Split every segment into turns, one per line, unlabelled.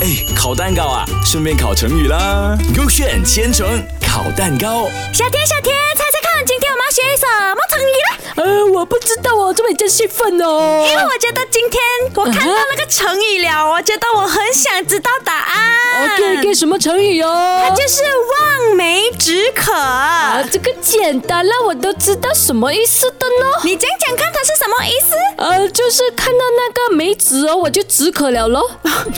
哎，烤蛋糕啊，顺便烤成语啦。勾选千层烤蛋糕，
小天，小天，猜猜看，今天我们要学什么成语呢？
呃，我不知道哦，这么真兴奋哦。
因为我觉得今天我看到那个成语了，我觉得我很想知道答案。
OK，给什么成语哦？
就是望梅止渴。
啊，这个简单让我都知道什么意思的呢。
你讲讲看，它是什么意思？
呃，就是看到那个梅子哦，我就止渴了 喽。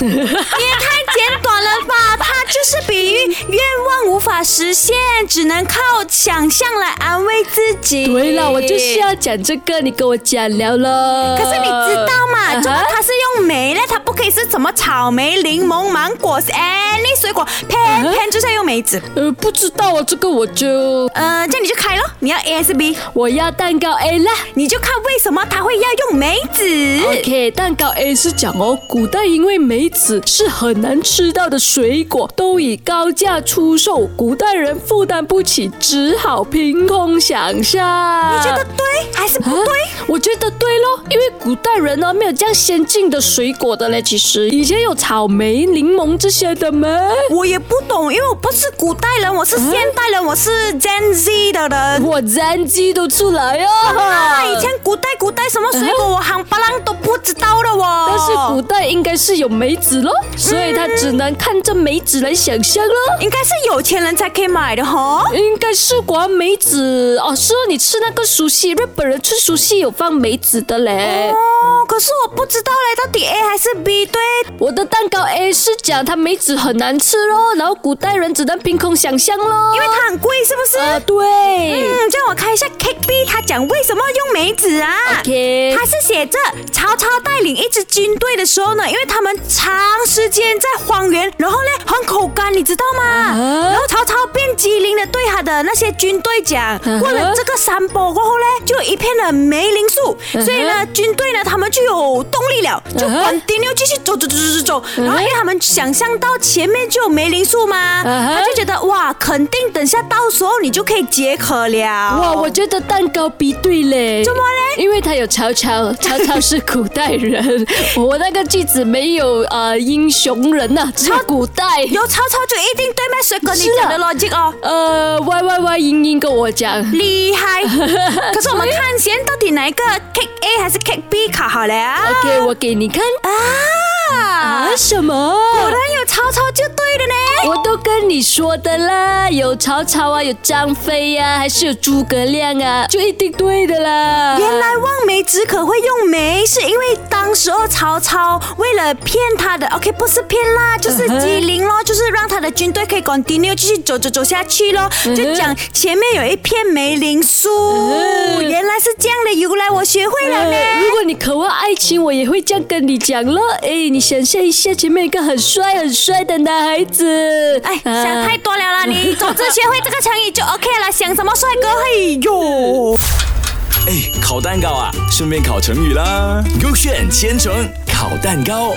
你也太简短了吧！它就是比喻愿望无法实现，只能靠想象来安慰自己。
对了，我就是要讲这个，你跟我讲了了。
可是你知道嘛？
啊
怎么它是用梅呢？它不可以是什么草莓、柠檬、芒果，any 水果，偏偏就是要用梅子。
呃，不知道哦，这个我就
呃，这样你就开咯，你要 A 还是 B？
我要蛋糕哎 A 啦。
你就看为什么它会要用梅子。
OK，蛋糕 A 是讲哦，古代因为梅子是很难吃到的水果，都以高价出售，古代人负担不起，只好凭空想象。
你
你
觉得对还是不
啊
对？
我觉得对咯，因为古代人啊呢、没有这样先进的水果的嘞，其实以前有草莓、柠檬这些的嘛。
我也不懂，因为我不是古代人，我是现代人，我是 Gen Z 的人。
我战绩都出来哦。
啊，以前古代古代什么水果我行不浪都不知道的哦。
但是古代应该是有梅子咯，所以他只能看着梅子来想象咯。
应该是有钱人才可以买的哦哈。
应该是果梅子哦，是哦，你吃那个熟悉，日本人吃熟悉有放梅子的嘞。
哦，可是我不知道嘞，到底 A 还是 B 对？
我的蛋糕 A 是讲它梅子很难吃咯，然后古代人只能凭空想象咯。
因为它很贵，是不是？
啊，对、
嗯，叫我看一下 Cake B，他讲为什么用梅子啊
o k
他是写着曹操带领一支军队的时候呢，因为他们长时间在荒原，然后呢很口干，你知道吗？
啊
然后曹操便机灵的对他的那些军队讲，
嗯哼
过了这个山坡过后呢，就有一片的梅林树，
嗯哼
所以呢军队呢他们就有动力了，就
嗯哼
continue 继续走走走走走走，
嗯哼
然后因为他们想象到前面就有梅林树嘛，
嗯哼
他就觉得哇，肯定等下到时候你就可以解渴了。
哇，我觉得蛋糕 B 对嘞。
怎么嘞？
因为他有曹 操，曹操是古代人，我那个句子没有呃英雄人呐、只有古代。
有曹操就一定对卖水果，你
是啊
讲的 logic 哦。
呃，Y Y Y 英英跟我讲，
厉害！ 可是我们看先到底哪一个 Cake A 还是 Cake B 考好了啊
OK，我给你看
啊
啊！什么？
果然有曹操就对了呢。
我都跟你说的啦，有曹操啊，有张飞呀、还是有诸葛亮啊，就一定对的啦。
原来望梅止渴会用梅，是因为当时候曹操为了骗他的，OK 不是骗 啦，就是
嗯哼
机灵咯，就是让他的军队可以 continue 继续走走走下去 咯。就讲前面有一片梅林树，
嗯
原来是这样的由来，我学会了呢。
呃如果你渴望爱情，我也会这样跟你讲咯。哎，你想象一下，前面有一个很帅很帅的男孩子，
哎，
啊
想太多了啦！你总之学会这个成语就 OK 了，想什么帅哥？嘿呦！
哎，烤蛋糕啊，顺便烤成语啦。勾选千层烤蛋糕。